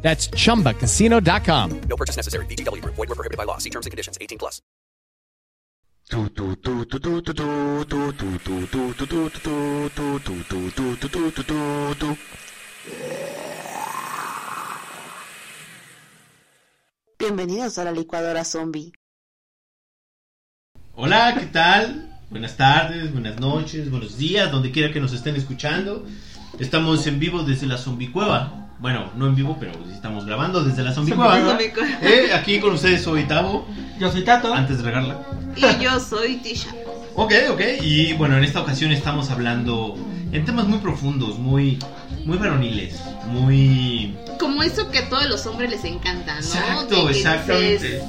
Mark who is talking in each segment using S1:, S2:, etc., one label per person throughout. S1: That's chumbacasino.com.
S2: No purchase necessary. BGW. Void were prohibited by law. See terms and conditions. 18 plus.
S3: Bienvenidos a la licuadora zombie.
S4: Hola, ¿qué tal? Buenas tardes, buenas noches, buenos días, donde quiera que nos estén escuchando. Estamos en vivo desde la zombicueva. Bueno, no en vivo, pero sí estamos grabando desde la zombicueva.
S3: Zombicueva.
S4: Eh, aquí con ustedes soy Tavo,
S5: Yo soy Tato.
S4: antes de regarla.
S3: Y yo soy Tisha.
S4: Ok, ok, y bueno, en esta ocasión estamos hablando en temas muy profundos, muy, muy varoniles, muy...
S3: Como eso que a todos los hombres les encanta, ¿no? De
S4: Exacto,
S3: que
S4: exactamente.
S3: dices,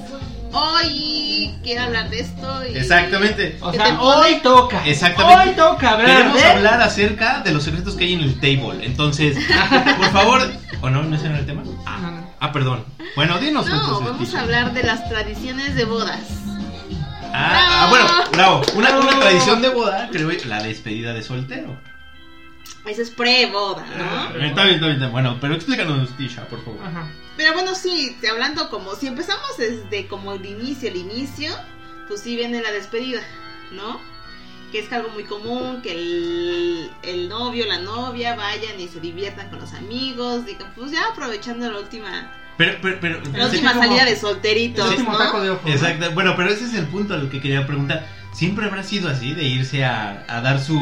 S3: Hoy quiero hablar de esto. Y...
S4: Exactamente.
S5: O
S3: que
S5: sea,
S3: te pone-
S5: hoy toca.
S4: Exactamente.
S5: Hoy toca hablar
S4: Queremos
S5: de-
S4: hablar acerca de los secretos que hay en el table. Entonces, por favor. ¿O no? ¿No es en el tema?
S5: No,
S4: Ah,
S5: no.
S4: ah, perdón. Bueno, dinos
S3: No,
S4: entonces,
S3: vamos
S4: Tisha.
S3: a hablar de las tradiciones de bodas.
S4: Ah, ah, bueno, bravo. Una, una tradición de boda, creo, la despedida de soltero.
S3: Eso es pre-boda,
S4: Está
S3: ¿no?
S4: bien, está bien, está bien. Bueno, pero explícanos, Tisha, por favor.
S5: Ajá.
S3: Pero bueno, sí, te- hablando como si empezamos desde como el inicio, el inicio, pues sí viene la despedida, ¿no? Que es algo muy común, que el, el novio, la novia vayan y se diviertan con los amigos, digan, pues ya aprovechando la última,
S4: Pero, pero, pero.
S3: la
S4: sí,
S3: última
S5: como-
S3: salida de
S5: El
S3: solteritos,
S5: último taco
S3: ¿no?
S5: de ojo. ¿no?
S4: Exacto. Bueno, pero ese es el punto al que quería preguntar. ¿Siempre habrá sido así de irse a, a dar su,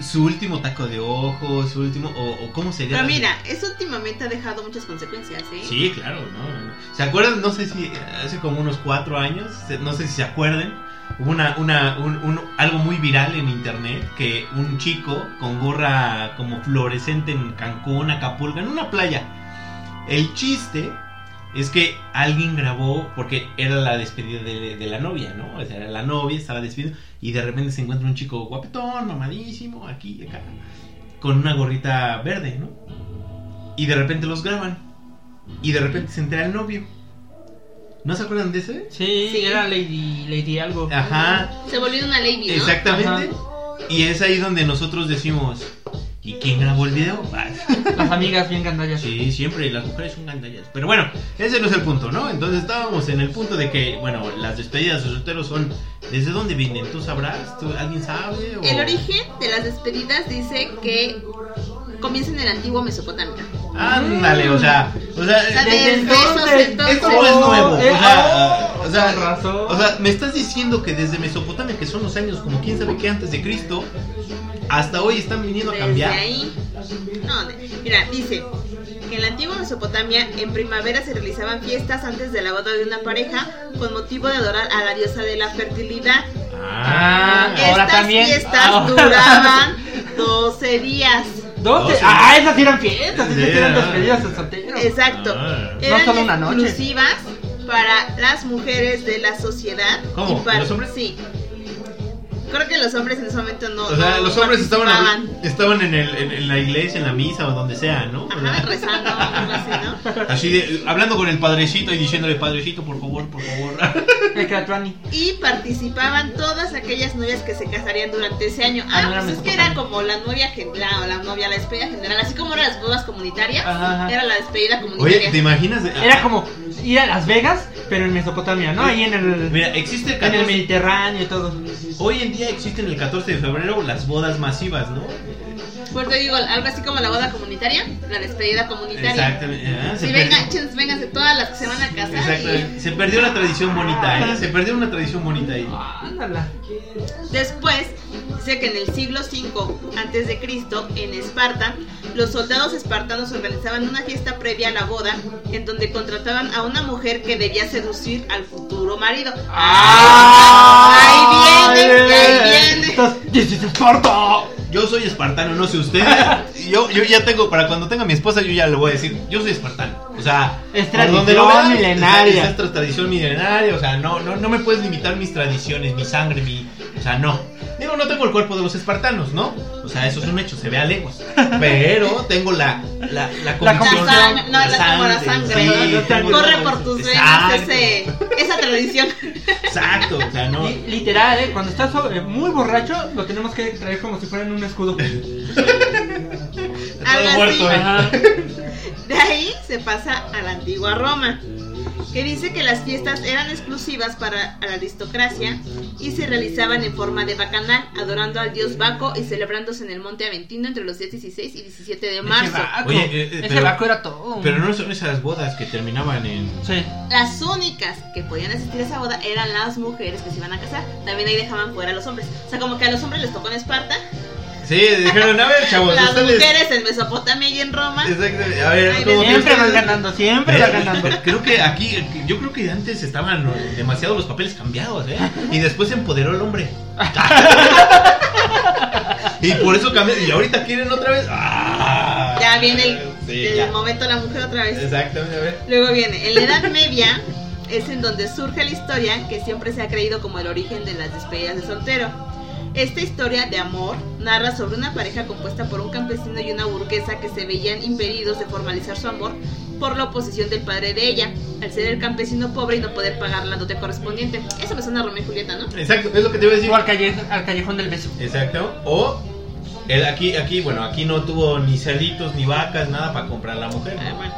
S4: su último taco de ojo, su último. o, o cómo sería?
S3: Pero
S4: la-
S3: mira, eso últimamente ha dejado muchas consecuencias, ¿eh?
S4: Sí, claro, no, no, no. ¿Se acuerdan? No sé si hace como unos cuatro años, se- no sé si se acuerden, hubo una, una, un- un- algo muy viral en internet que un chico con gorra como fluorescente en Cancún, Acapulco, en una playa. El chiste es que alguien grabó, porque era la despedida de, de la novia, ¿no? O sea, era la novia, estaba despidiendo, y de repente se encuentra un chico guapetón, mamadísimo, aquí y acá, con una gorrita verde, ¿no? Y de repente los graban. Y de repente se entera el novio. ¿No se acuerdan de ese?
S5: Sí,
S3: Sí.
S5: era Lady, Lady algo.
S4: Ajá,
S3: Se volvió una ley, ¿no?
S4: exactamente. Y es ahí donde nosotros decimos, ¿y quién grabó el video? Ah,
S5: Las amigas bien gandallas.
S4: Sí, siempre, las mujeres son gandallas. Pero bueno, ese no es el punto, ¿no? Entonces estábamos en el punto de que, bueno, las despedidas de solteros son, ¿desde dónde vienen? ¿Tú sabrás? ¿Tú, ¿Alguien sabe? O-
S3: El origen de las despedidas dice que comienza en el antiguo Mesopotamia.
S4: Ándale, o sea, o sea,
S3: sea,
S4: eh,
S3: Desde entonces, entonces.
S4: esto
S3: oh,
S4: no es nuevo. O
S5: Eh,
S4: sea,
S5: oh,
S4: o sea,
S5: con razón.
S4: o sea, me estás diciendo que desde Mesopotamia, que son los años como quién sabe qué antes de Cristo, hasta hoy están viniendo a
S3: Desde
S4: cambiar.
S3: ahí. No, de- mira, dice que en la antigua Mesopotamia en primavera se realizaban fiestas antes de la boda de una pareja con motivo de adorar a la diosa de la fertilidad.
S5: Ah, ahora
S3: Estas
S5: también.
S3: fiestas
S4: Ah.
S5: ahora-
S3: duraban 12 días.
S5: Doce.
S4: Doce.
S5: Ah, esas sí eran fiestas. Esas sí
S4: Sí,
S5: eran
S4: ah.
S5: despedidas de soltero.
S3: Exacto.
S4: Ah.
S3: Eran
S5: No solo una noche.
S3: exclusivas para las mujeres de la sociedad.
S4: ¿Cómo?
S3: Y para-
S4: ¿Los hombres?
S3: Sí. Creo que los hombres en ese momento no.
S4: O sea,
S3: no
S4: los hombres estaban,
S3: participaban.
S4: abri- estaban en, el- en- en la iglesia, en la misa o donde sea, ¿no? O
S3: Ajá,
S4: sea,
S3: rezando, algo así, ¿no?
S4: Así de, hablando con el padrecito y diciéndole, padrecito, por favor, por favor.
S5: El Kratuani.
S3: Y participaban todas aquellas novias que se casarían durante ese año.
S5: Ah,
S3: Ah,
S5: no era
S3: pues es que
S5: Mesopotamia.
S3: era como la novia general, o la novia, la despedida general. Así como eran las bodas comunitarias,
S5: Ajá, ajá.
S3: era la despedida comunitaria.
S4: Oye, ¿te imaginas?
S5: Era como ir a Las Vegas, pero en Mesopotamia, ¿no? Ahí en el,
S4: Mira, existe el
S5: en el
S4: 14
S5: Mediterráneo y todo.
S4: Hoy en día existen el 14 de febrero las bodas masivas, ¿no?
S3: Pues te digo, algo así como la boda comunitaria, la despedida comunitaria.
S4: Exactamente. ah, se
S3: Y
S4: perdió-
S3: vengan, chens, vénganse todas las que se van a casar.
S4: Exactamente. Se perdió la tradición bonita, ¿eh? Se perdió una tradición bonita ahí.
S5: Ándala.
S3: Y después, dice que en el siglo V antes de Cristo, en Esparta, los soldados espartanos organizaban una fiesta previa a la boda, en donde contrataban a una mujer que debía seducir al futuro marido.
S5: ¡Ah!
S3: Ahí viene, ahí viene.
S5: Estás- ¡Dices Esparta!
S4: Yo soy espartano, no sé ustedes. Yo, yo ya tengo, para cuando tenga mi esposa, yo ya le voy a decir, yo soy espartano. O O sea,
S5: Es
S4: por
S5: tradición
S4: donde lo veas,
S5: milenaria.
S4: Es, es nuestra tradición milenaria. O sea, no, no, no me puedes limitar mis tradiciones, mi sangre, mi. O sea, no. Digo, no tengo el cuerpo de los espartanos, ¿no? O sea, eso es un hecho, se ve a lejos. Pero tengo la, la, la convicción.
S3: La sangre, no, la- como la sangre,
S4: sí,
S5: ¿no?
S4: tengo-
S3: Corre por tus venas
S4: Exacto,
S3: ese, esa tradición.
S4: Exacto, o sea, no.
S5: Li- Literal, ¿eh? cuando estás sobre- muy borracho, lo tenemos que traer como si fueran un escudo.
S3: Algo
S4: Todo
S3: así.
S4: muerto, ¿eh?
S5: Ajá.
S3: De ahí se pasa a la antigua Roma, que dice que las fiestas eran exclusivas para la aristocracia y se realizaban en forma de bacanal, adorando al dios Baco y celebrándose en el monte Aventino entre los días 16 y 17 de marzo.
S5: vaco.
S4: Oye, eh, eh,
S5: Ese
S4: pero-
S5: vaco era todo.
S4: Pero no son esas bodas que terminaban en.
S5: Sí.
S3: Las únicas que podían asistir a esa boda eran las mujeres que se iban a casar. También ahí dejaban fuera a los hombres. O sea, como que a los hombres les tocó en Esparta,
S4: Sí, dijeron, a ver, Eh, chavos,
S3: las
S4: ustedes.
S3: mujeres en Mesopotamia y en Roma.
S4: Exactamente, a ver,
S3: Ay,
S4: ¿cómo que
S5: Siempre van
S4: ustedes-
S5: ganando, siempre van ganando.
S4: Eh, Creo que aquí, yo creo que antes estaban demasiado los papeles cambiados, ¿eh? Y después se empoderó el hombre. y por eso cambió. Y ahorita quieren otra vez. ¡Ah!
S3: Ya viene el,
S4: Sí,
S3: el
S4: ya.
S3: momento de la mujer otra vez.
S4: Exactamente, a ver.
S3: Luego viene, en la Edad Media es en donde surge la historia que siempre se ha creído como el origen de las despedidas de soltero. Esta historia de amor narra sobre una pareja compuesta por un campesino y una burguesa que se veían impedidos de formalizar su amor por la oposición del padre de ella, al ser el campesino pobre y no poder pagar la dote correspondiente. Eso me suena a Romeo y Julieta, ¿no?
S4: Exacto, es lo que te iba a decir.
S5: O al, calle- al callejón del beso.
S4: Exacto. O el, aquí, aquí, bueno, aquí no tuvo ni cerditos, ni vacas, nada para comprar la mujer.
S3: Ah, bueno.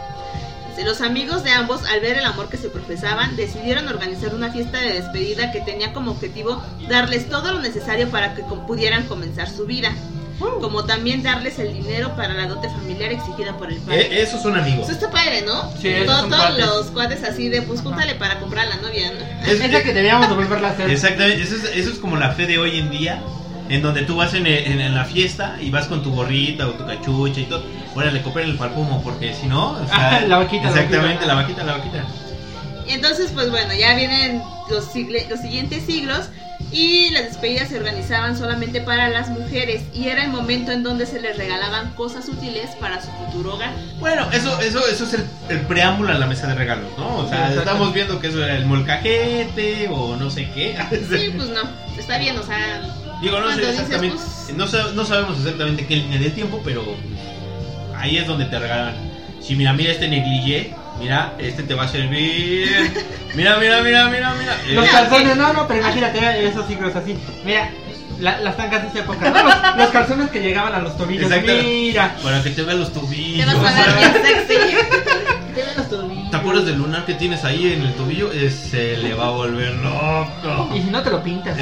S3: Dice, Los amigos de ambos, al ver el amor que se profesaban, decidieron organizar una fiesta de despedida que tenía como objetivo darles todo lo necesario para que com- pudieran comenzar su vida,
S5: Uh,
S3: como también darles el dinero para la dote familiar exigida por el padre.
S4: Eh, esos son amigos.
S3: Eso está padre, ¿no?
S5: Sí, esos
S3: Todos
S5: son cuates.
S3: los cuates así de, pues júntale para comprar a la novia, ¿no?
S4: Es-
S5: Esa que debíamos de volverla a hacer.
S4: Exactamente, eso es, eso es como la fe de hoy en día, en donde tú vas en, en- en la fiesta y vas con tu gorrita o tu cachucha y todo. Órale, cooperen el palpumo, porque si no. o sea,
S5: Ah, la vaquita, la
S4: Exactamente,
S5: vaquita.
S4: la vaquita, la vaquita.
S3: Y entonces, pues bueno, ya vienen los, sigle- los siguientes siglos y las despedidas se organizaban solamente para las mujeres y era el momento en donde se les regalaban cosas útiles para su futuro hogar.
S4: Bueno, eso, eso, eso es el, el preámbulo a la mesa de regalos, ¿no? O sea,
S5: Exacto.
S4: estamos viendo que eso era el molcajete o no sé qué.
S3: Sí, pues no, está bien, o sea,
S4: Digo, no
S3: Cuando
S4: sé
S3: dices,
S4: exactamente.
S3: pues-
S4: No, sab- no sabemos exactamente qué línea de tiempo, pero ahí es donde te regalan. Si mira, mira este negligé, mira, este te va a servir. Mira, mira, mira, mira, mira. Eh,
S5: Los calzones, no, no, pero imagínate eh, esos siglos así. Mira, la- las tangas de esa época. ¿no? Los, los calzones que llegaban a los tobillos.
S4: Exacto.
S5: Mira.
S4: Para que te vean los
S3: te
S4: tobillos.
S3: vas a ver bien sexy.
S4: ¿Te acuerdas del lunar que tienes ahí en el tobillo? Eh, se le va a volver loco.
S5: Y si no te lo pintas.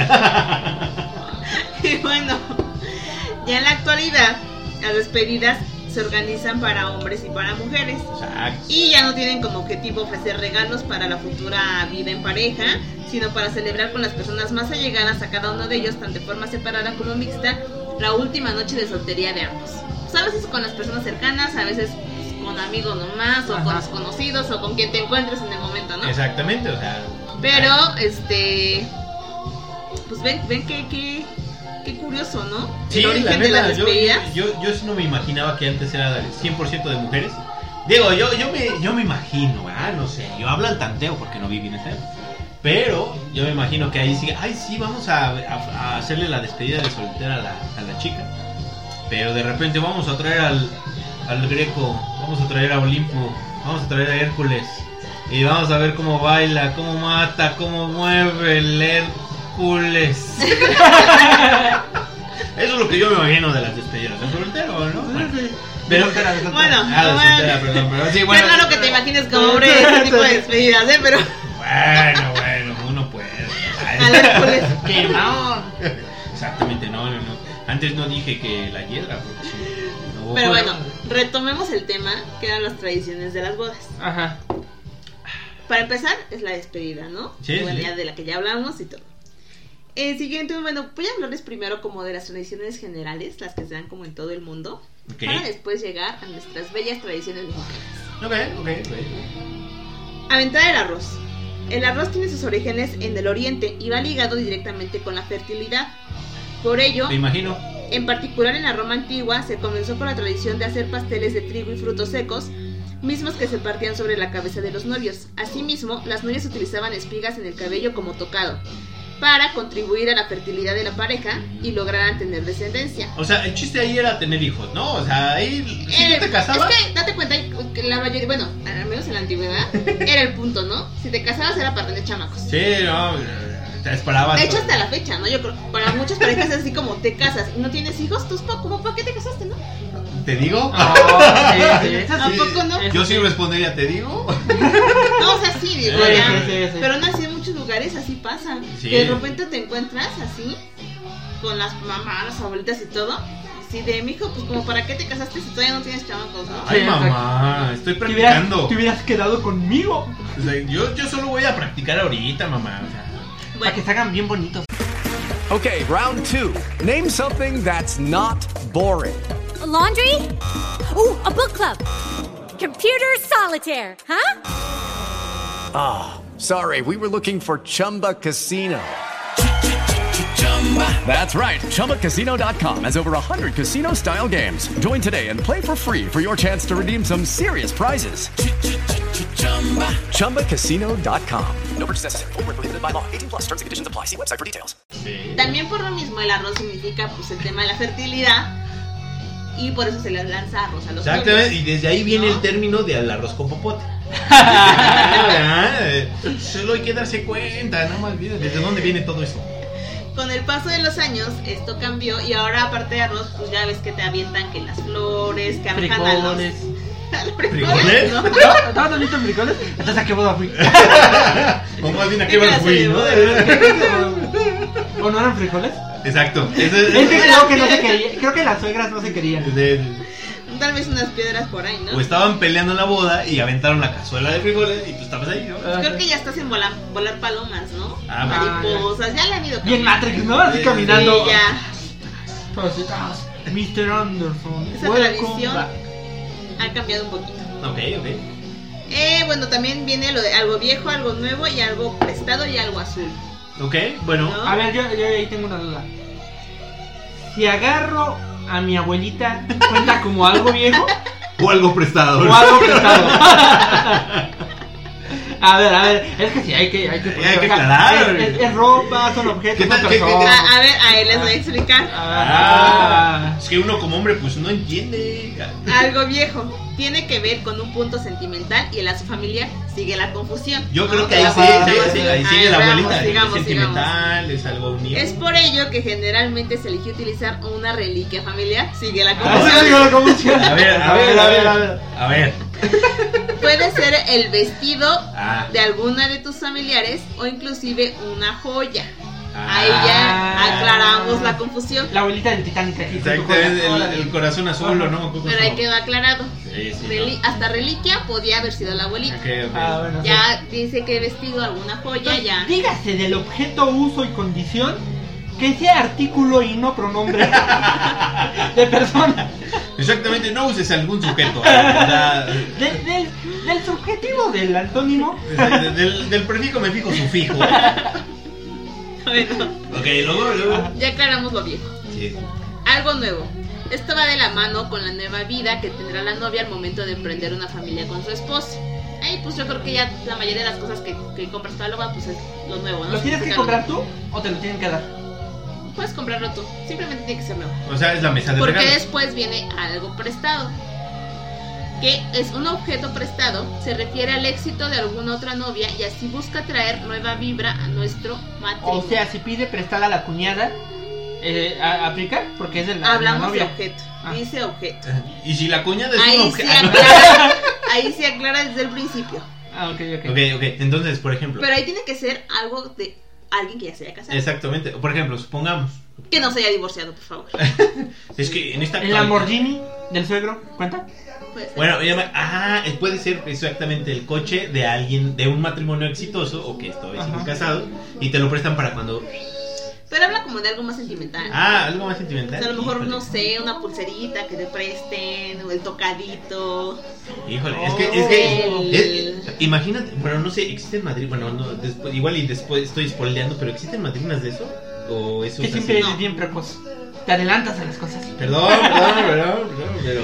S3: Y bueno, ya en la actualidad, las despedidas se organizan para hombres y para mujeres.
S4: Exacto.
S3: Y ya no tienen como objetivo ofrecer regalos para la futura vida en pareja, sino para celebrar con las personas más allegadas a cada uno de ellos, tanto de forma separada como mixta, la última noche de soltería de ambos. Pues a veces con las personas cercanas, a veces pues, con amigos nomás, o con
S5: Ajá.
S3: desconocidos, o con quien te encuentres en el momento, ¿no?
S4: Exactamente, o sea.
S3: Pero, este. Pues ven, ven que, que, qué curioso, ¿no?
S4: Sí,
S3: el
S4: la
S3: origen de las
S4: neta, yo,
S3: despedidas.
S4: yo, yo sí no me imaginaba que antes era 100% de mujeres. Digo, yo, yo, me, yo me imagino, ah, no sé, yo hablo al tanteo porque no viví en ese época. Pero yo me imagino que ahí sí, ay, sí, vamos a, a- a hacerle la despedida de soltera a la, a la chica. Pero de repente vamos a traer al, al Greco, vamos a traer a Olimpo, vamos a traer a Hércules. Y vamos a ver cómo baila, cómo mata, cómo mueve el Hércules. Eso es lo que yo me imagino de las despedidas de soltero, ¿no? Bueno, pero,
S3: Bueno,
S4: Ah, de soltera, perdón, perdón. Sí, bueno.
S3: Qué raro que te imagines como hombre ese tipo de despedidas, ¿eh? Pero.
S4: Bueno, bueno, uno puede. Ay.
S3: Al Hércules.
S5: Quemado.
S4: Exactamente, no, no, no. Antes no dije que la hiedra, porque sí, no.
S3: Pero bueno, retomemos el tema que eran las tradiciones de las bodas.
S5: Ajá.
S3: Para empezar, es la despedida, ¿no?
S4: Sí,
S3: Bueno,
S4: sí.
S3: ya de la que ya hablamos y todo. El siguiente, bueno, voy a hablarles primero como de las tradiciones generales, las que se dan como en todo el mundo,
S4: Ok.
S3: para después llegar a nuestras bellas tradiciones mexicanas.
S4: Ok, ok, ok.
S3: Aventar el arroz. El arroz tiene sus orígenes en el oriente y va ligado directamente con la fertilidad. Por ello,
S4: Me imagino.
S3: en particular en la Roma antigua, se comenzó con la tradición de hacer pasteles de trigo y frutos secos, mismos que se partían sobre la cabeza de los novios. Asimismo, las novias utilizaban espigas en el cabello como tocado para contribuir a la fertilidad de la pareja y lograran tener descendencia.
S4: O sea, el chiste ahí era tener hijos, ¿no? O sea, ahí si
S3: Eh,
S4: tú te casabas,
S3: Es que date cuenta que la mayoría, bueno, al menos en la antigüedad, era el punto, ¿no? Si te casabas era para tener chamacos.
S4: sí, no, te esperabas.
S3: De hecho, hasta la fecha, ¿no? Yo creo, para muchas parejas es así como te casas y no tienes hijos, ¿tú pa- como para qué te casaste, no?
S4: ¿Te digo?
S5: Oh, sí, sí, es
S3: ¿A
S5: así.
S3: poco no?
S4: Yo sí respondería, ¿te digo?
S3: No, o sea, sí, digo,
S4: Sí,
S3: pues, ya.
S5: sí, sí, sí.
S3: Pero aún así en muchos lugares así pasa.
S4: Sí.
S3: Que de repente te encuentras así, con las mamás, las abuelitas y todo. Así de, mijo, pues como para qué te casaste si todavía no tienes chamacos, ¿no?
S4: Ay,
S5: Sí,
S4: mamá, estoy
S5: Te hubieras,
S4: practicando.
S5: te hubieras quedado conmigo
S4: O sea, yo, yo solo voy a practicar ahorita, mamá. o sea.
S5: para que se hagan bien bonitos.
S6: Okay, round two. Name something that's not boring.
S7: A laundry? Ooh, a book club. Computer solitaire, huh?
S6: Sorry, we were looking for Chumba Casino. That's right. ChumbaCasino.com has over 100 casino style games. Join today and play for free for your chance to redeem some serious prizes. ChumbaCasino.com. No purchase necessary. Void where prohibited by law. 18 plus terms and conditions apply. See website for details.
S3: También por lo mismo el arroz significa pues el tema de la fertilidad y por eso se les lanza arroz a los
S4: Exactamente, y
S3: novios.
S4: desde ahí viene
S3: ¿No?
S4: el término de al arroz con popote. Ah, ¿verdad? Solo hay que darse cuenta, no más bien. ¿Desde dónde viene todo eso?
S3: Con el paso de los años esto cambió y ahora aparte de arroz pues ya ves que te avientan que las flores, que arrojan a los-
S5: Frijoles.
S3: a los frijoles,
S4: ¿Frijoles?
S3: ¿no?
S5: ¿Estabas solito en frijoles? Entonces, ¿a qué boda fui?
S4: O más bien a
S3: Sí,
S4: qué me
S3: pero
S4: fui,
S3: se
S4: ¿no?
S5: ¿O no eran frijoles?
S4: Exacto. Eso es-
S5: Es que creo que no se querían. Creo que las suegras no se querían.
S4: Desde-
S3: Tal vez unas piedras por ahí, ¿no?
S4: O estaban peleando en la boda y aventaron la cazuela de frijoles y tú estabas ahí, ¿no?
S3: Creo que ya estás en volar, volar palomas, ¿no?
S4: Ah,
S3: Mariposas, ya le han ido
S5: Y en
S3: cambiando.
S5: Matrix, ¿no? Así
S4: Sí,
S5: caminando.
S3: Sí, ya.
S5: Pero sí, ah, Mr. Anderson.
S3: Esa
S5: welcome
S3: tradición
S5: back.
S3: ha cambiado un poquito.
S4: Ok, ok.
S3: Eh, bueno, también viene lo de algo viejo, algo nuevo y algo prestado y algo azul.
S4: Ok, bueno.
S3: ¿No?
S5: A ver, yo, yo ahí tengo una duda. Si agarro a mi abuelita, ¿cuenta como algo viejo
S4: O algo prestado.
S5: o algo prestado? A ver, a ver, es que sí, hay que, hay que,
S4: Hay que aclarar.
S5: Es, es- es ropa, son
S4: ¿Qué
S5: objetos,
S4: tal-
S5: son
S4: qué- qué- qué-
S5: personas.
S3: A, a ver, a él les voy a explicar.
S5: Ah.
S4: Ah, es que uno como hombre pues no entiende.
S3: Algo viejo tiene que ver con un punto sentimental y el lazo familiar. Sigue la confusión.
S4: Yo
S3: ¿no?
S4: creo que ahí sí,
S5: Ah,
S4: sí,
S5: ah,
S4: sí, ahí
S3: ah,
S4: sigue la
S3: vamos,
S4: abuelita.
S3: sigamos,
S4: es sentimental, es algo unido.
S3: Es por ello que generalmente se eligió utilizar una reliquia familiar. Sigue la
S5: Ah,
S3: confusión.
S5: sí, digo, ¿cómo funciona?
S4: A ver, a ver, a ver, a ver. A ver.
S3: Puede ser el vestido
S4: Ah.
S3: de alguna de tus familiares o inclusive una joya.
S4: Ah.
S3: Ahí ya aclaramos la confusión,
S5: La abuelita del Titanic aquí. junto con
S4: Exactamente, el,
S5: la-
S4: el corazón azul o no.
S3: pero ahí quedó aclarado.
S4: Sí, sí,
S3: Reli- Hasta reliquia podía haber sido la
S4: ¿no?
S3: abuelita.
S4: Ok, ok.
S5: Ah, bueno. sí.
S3: Ya dice que vestido, alguna joya,
S5: Entonces,
S3: ya.
S5: Dígase del objeto, uso y condición que sea artículo y no pronombre de persona.
S4: Exactamente, no uses algún sujeto. O sea,
S5: De- del, del subjetivo del antónimo.
S4: del, del- del prefijo me fijo sufijo.
S3: Bueno,
S4: Ok, luego, luego.
S3: ya aclaramos lo viejo.
S4: Sí.
S3: Algo nuevo. Esto va de la mano con la nueva vida que tendrá la novia al momento de emprender una familia con su esposo. Ahí pues yo creo que ya la mayoría de las cosas que, que compras para la boda, pues es lo nuevo, ¿no?
S5: ¿Lo tienes que
S3: Significa
S5: comprar
S3: lo-
S5: tú o te lo tienen que dar?
S3: Puedes comprarlo tú, simplemente tiene que ser nuevo.
S4: O sea, es la mesa de
S3: Porque
S4: regalos.
S3: después viene algo prestado. Que es un objeto prestado, se refiere al éxito de alguna otra novia y así busca traer nueva vibra a nuestro matrimonio.
S5: O sea, si pide prestada a la cuñada, eh, a- ¿aplica? Porque es de la, la
S3: Hablamos de
S5: novia.
S3: objeto,
S5: Ah.
S3: dice objeto.
S4: Y si la cuñada es un ah,
S3: Ahí se
S4: objeto.
S3: aclara, ahí se aclara desde el principio.
S5: Ah, ok, ok.
S4: Ok, ok, entonces, por ejemplo.
S3: Pero ahí tiene que ser algo de alguien que ya se haya casado.
S4: Exactamente, por ejemplo, supongamos.
S3: Que no se haya divorciado, por favor.
S4: Es que en esta.
S5: ¿El Lamborghini del suegro cuenta?
S3: Puede ser.
S4: Bueno, ella me- ah, puede ser exactamente el coche de alguien, de un matrimonio exitoso o que todavía sigue
S5: Ajá.
S4: casado y te lo prestan para cuando.
S3: Pero habla como de algo más sentimental.
S4: Ah, algo más
S3: O
S4: sentimental. pues,
S3: sea, a lo mejor,
S4: Híjole.
S3: no sé, una pulserita que te presten, o el tocadito.
S4: Híjole, es que, es que,
S3: Oh.
S4: es- es- imagínate, bueno, no sé, existe en Madrid, bueno, no, después- igual y después estoy spoileando, pero existen madrinas de eso o eso
S5: Que
S4: es así?
S5: siempre
S3: no.
S5: es bien precoz. te adelantas a las cosas.
S4: Perdón, perdón, perdón, perdón, pero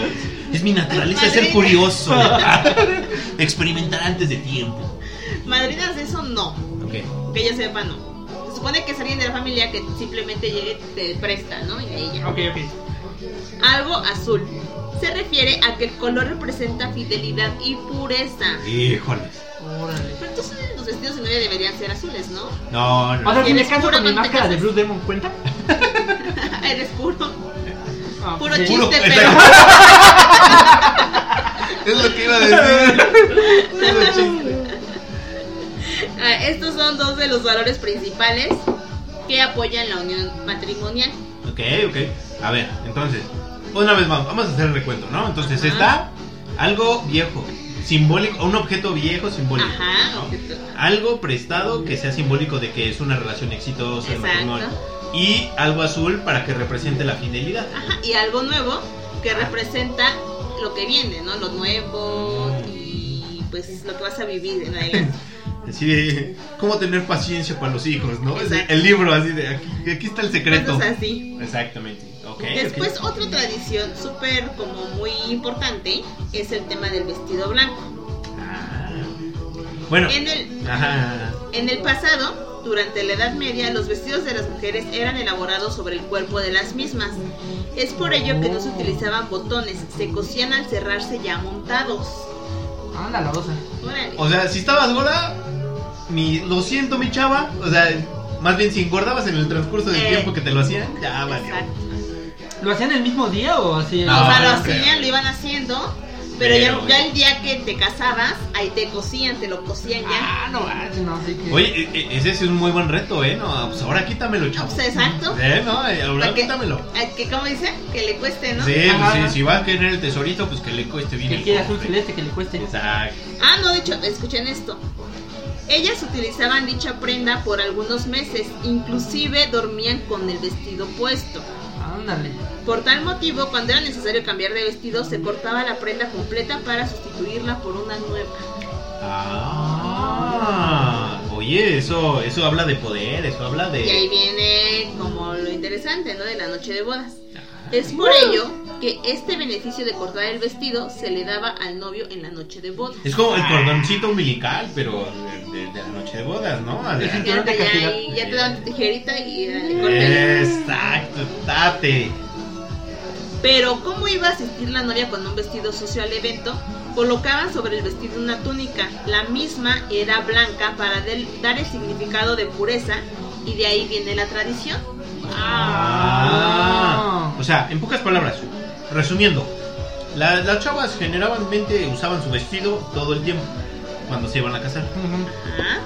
S4: es mi naturaleza ser
S3: Madre.
S4: curioso. Experimentar antes de tiempo.
S3: Madrinas de eso no.
S4: Ok.
S3: Que ella sepa, no. Se supone que es alguien de la familia que simplemente llegue y te presta, ¿no? Y ahí ya.
S5: Ok, ok.
S3: Algo azul. Se refiere a que el color representa fidelidad y pureza.
S4: Híjoles.
S5: Órale.
S3: Pero entonces los vestidos de novia deberían ser azules, ¿no?
S4: No,
S5: O
S4: no.
S5: sea, si me
S3: Eres
S5: caso
S3: pura
S5: con mi
S3: manteca.
S5: máscara de Blue Demon, ¿cuenta?
S3: Eres puro.
S5: Ah,
S3: Puro
S5: sí.
S4: Puro-
S3: chiste, pero.
S4: Es lo que iba a decir.
S3: Ah, Estos son dos de los valores principales que apoyan la unión matrimonial.
S4: Ok, ok. A ver, entonces, una vez más, vamos a hacer el recuento, ¿no? Entonces está algo viejo, simbólico, un objeto viejo simbólico.
S3: Ajá, pues,
S4: ¿no?
S3: objeto.
S4: Algo prestado que sea simbólico de que es una relación exitosa, el
S3: Exacto.
S4: matrimonio. Y algo azul para que represente la fidelidad.
S3: Ajá, y algo nuevo que representa lo que viene, ¿no? Lo nuevo
S4: Mm.
S3: y pues lo que vas a vivir en adelante.
S4: Así de, ¿cómo tener paciencia para los hijos, no? Es de-
S3: Exacto.
S4: el libro así de, aquí, aquí está el secreto.
S3: Cosas así.
S4: Exactamente. Ok. ok.
S3: Después, otra tradición súper como muy importante es el tema del vestido blanco.
S4: Ah. Bueno.
S3: En el-
S4: Ajá.
S3: En el pasado, durante la Edad Media, los vestidos de las mujeres eran elaborados sobre el cuerpo de las mismas. Es por ello que no
S4: Oh.
S3: se utilizaban botones, se cosían al cerrarse ya montados.
S5: Anda, la rosa.
S3: Órale.
S4: O sea, si estabas gorda, mi, lo siento, mi chava. O sea, más bien si engordabas en el transcurso del
S3: Eh.
S4: tiempo que te lo hacían, ya valió.
S3: Exacto.
S5: ¿Lo hacían el mismo día o así? Ah,
S4: No.
S3: o sea, lo
S4: no creo.
S3: hacían, lo iban haciendo, pero,
S4: Pero,
S3: ya, ya el día que te casabas, ahí te cosían, te lo cosían ya.
S5: Ah, no, ah, no, así que.
S4: Oye, e- e- ese sí es un muy buen reto, ¿eh? No, pues ahora quítamelo, chavo.
S3: Pues, exacto.
S4: Eh, no, eh, ahora
S3: Para que-
S4: quítamelo.
S3: a que, ¿Cómo dice? Que le cueste, ¿no?
S4: Sí, pues,
S5: Ajá.
S4: sí, si va a querer el tesorito, pues que le cueste bien.
S5: que
S4: el
S5: quiera azul
S4: cobre.
S5: celeste, que le cueste.
S4: Exacto.
S3: Ah, no, de hecho, escuchen esto. Ellas utilizaban dicha prenda por algunos meses, inclusive dormían con el vestido puesto.
S5: Ándale.
S3: Por tal motivo, cuando era necesario cambiar de vestido, se cortaba la prenda completa para sustituirla por una nueva.
S4: Ah, oye, eso, eso habla de poder, eso habla
S3: Y ahí
S4: de.
S3: viene como lo interesante, ¿no? De la noche de bodas. Es por ello que este beneficio de cortar el vestido se le daba al novio en la noche de bodas.
S4: Es como el cordoncito umbilical, pero de, de- de la noche de bodas, ¿no?
S5: Sí,
S3: Ya
S5: cinturón de
S3: te, ya,
S5: castidad.
S3: ahí- ya te daban tu tijerita y dale, córtale.
S4: Exacto, date.
S3: Pero ¿cómo iba a asistir la novia con un vestido sucio al evento? Colocaban sobre el vestido una túnica. La misma era blanca para del- dar el significado de pureza y de ahí viene la tradición.
S4: Ah, o sea, en pocas palabras, resumiendo, la- las chavas generalmente usaban su vestido todo el tiempo cuando se iban a casar.
S5: Ujú.
S3: Ajá.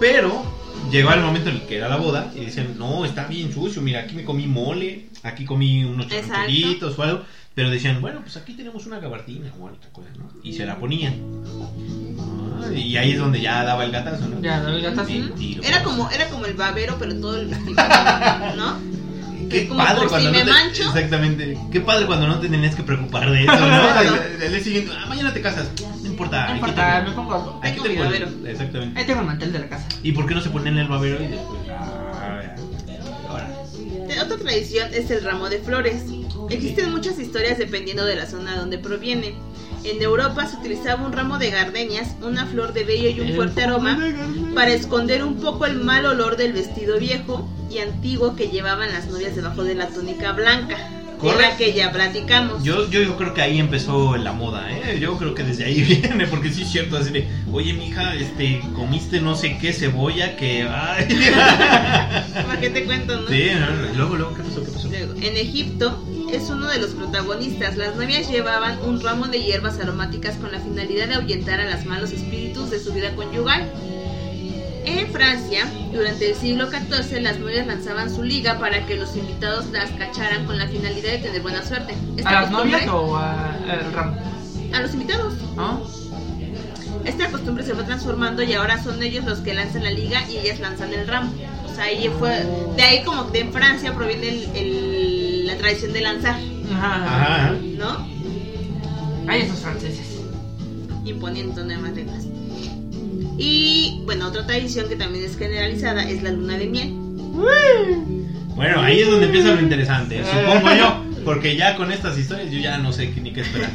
S4: Pero llegaba el momento en el que era la boda y decían, no, está bien sucio, mira, aquí me comí mole, aquí comí unos
S3: Exacto.
S4: chocolitos o algo. Pero decían, bueno, pues aquí tenemos una gabardina o otra cosa, ¿no? Y se la ponían. Ah, y ahí es donde ya daba el gatazo, ¿no?
S5: Ya, daba el gatazo.
S4: Mentiroso.
S3: Era como, era como el babero, pero todo el vestido, ¿no?
S4: Qué
S3: como
S4: padre
S3: por
S4: cuando no
S3: si me
S4: te-
S3: mancho.
S4: Exactamente. Qué padre cuando no te tenías que preocupar de eso, ¿no? Al- al- al día siguiente, ah, mañana te casas. No importa.
S5: No
S4: aquí
S5: importa,
S4: tengo-
S5: me pongo algo.
S4: Aquí
S3: Tengo mi
S4: tengo el-
S3: babero.
S4: Exactamente.
S5: Ahí tengo el mantel de la casa.
S4: ¿Y por qué no se ponen el babero y después? Ah, ya. Ahora.
S3: Te- Otra tradición es el ramo de flores. Existen muchas historias dependiendo de la zona donde proviene. En Europa se utilizaba un ramo de gardenias, una flor de bello y un
S5: El
S3: fuerte aroma para esconder un poco el mal olor del vestido viejo y antiguo que llevaban las novias debajo de la túnica blanca, de la
S4: Correcto.
S3: que ya platicamos.
S4: Yo, yo, yo creo que ahí empezó la moda, ¿eh? Yo creo que desde ahí viene, porque sí es cierto, así de, oye, mija, este, comiste no sé qué cebolla que... Ay.
S3: ¿Para qué te cuento, no?
S4: sí, no, no, y luego, luego, ¿qué pasó? ¿Qué pasó?
S3: Luego, en Egipto es uno de los protagonistas. Las novias llevaban un ramo de hierbas aromáticas con la finalidad de ahuyentar a los malos espíritus de su vida conyugal. En Francia, durante el siglo XIV, las novias lanzaban su liga para que los invitados las cacharan con la finalidad de tener buena suerte. Esta
S5: ¿A las
S3: costumbre-
S5: novias o a- al ramo?
S3: A los invitados.
S5: ¿No?
S3: Esta costumbre se fue transformando y ahora son ellos los que lanzan la liga y ellas lanzan el ramo. O sea, ahí fue, de ahí como que en Francia proviene el- el- la tradición de lanzar,
S5: Ajá.
S4: Ajá, ajá.
S3: ¿no?
S5: Ay, esos franceses.
S3: imponiendo nuevas reglas. Y bueno, otra tradición que también es generalizada es la luna de miel.
S4: Bueno, ahí es donde empieza lo interesante,
S5: Eh.
S4: supongo yo. Porque ya con estas historias yo ya no sé qué- ni qué esperar.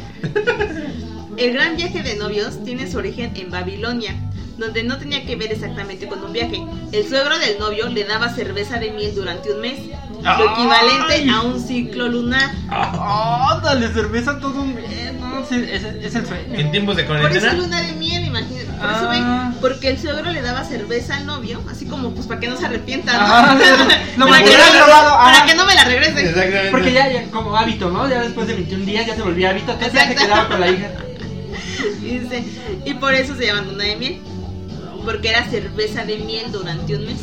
S3: El gran viaje de novios tiene su origen en Babilonia, donde no tenía que ver exactamente con un viaje. El suegro del novio le daba cerveza de miel durante un mes, lo
S5: ¡Ay!
S3: equivalente a un ciclo lunar.
S5: Ah, Ándale, cerveza todo un mes. No, sí, es, es el sueño.
S4: En tiempos de
S3: Por eso
S4: cuarentena,
S3: luna de miel, imagínate. Por eso
S5: Ah.
S3: ven, porque el suegro le daba cerveza al novio, así como pues para que no se arrepienta, ¿no?
S5: Ajá, Ah, no me
S3: para, que
S5: hubieras
S3: no,
S5: robado, ah.
S3: para
S5: ajá.
S3: que no me la regrese.
S4: Exactamente.
S5: Porque ya, ya como hábito, ¿no? Ya después de 21 días ya se volvía hábito. Entonces ya se
S3: Exacto.
S5: quedaba con la hija.
S3: Y, dice, y por eso se llama luna de miel, porque era cerveza de miel durante un mes.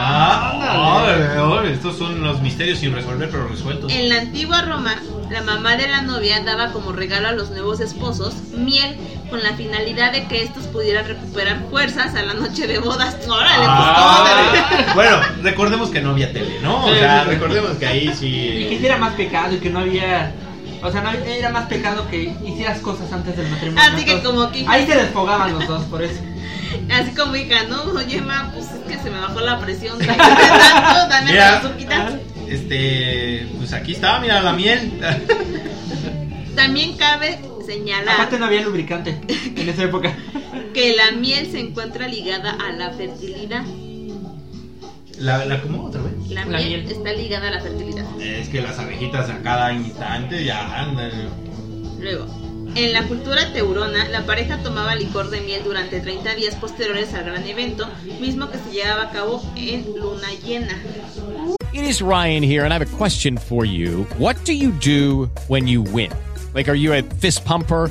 S4: Ah, órale, órale, estos son los misterios sin resolver, pero resueltos.
S3: En la antigua Roma, la mamá de la novia daba como regalo a los nuevos esposos miel con la finalidad de que estos pudieran recuperar fuerzas a la noche de bodas. ¡Órale, pues
S4: Ah,
S3: tómale!
S4: bueno, recordemos que no había tele, ¿no? O
S5: Sí,
S4: sea,
S5: sí, sí.
S4: recordemos que ahí
S5: Y que
S4: sí.
S5: hiciera más pecado y que no había. O sea, no, era más pecado que hicieras cosas antes del matrimonio.
S3: Así que
S5: Entonces,
S3: como aquí.
S5: Ahí se desfogaban los dos, por eso.
S3: Así como hija, no, oye, ma, pues es que se me bajó la presión. Dame tanto, dame
S4: Mira,
S3: tanto, quita.
S4: este, pues aquí está, mira la miel.
S3: También cabe señalar
S5: Aparte no había lubricante en esa época.
S3: que la miel se encuentra ligada a la fertilidad.
S4: ¿La, la cómo otra vez?
S3: La,
S5: La
S3: miel,
S5: miel.
S3: está ligada a la fertilidad.
S4: Es que las abejitas a cada instante ya andan.
S3: Luego, en la cultura teurona, la pareja tomaba licor de miel durante 30 días posteriores al gran evento, mismo que se llevaba a cabo en luna llena.
S1: It is Ryan here, and I have a question for you. What do you do when you win? Like, are you a fist pumper?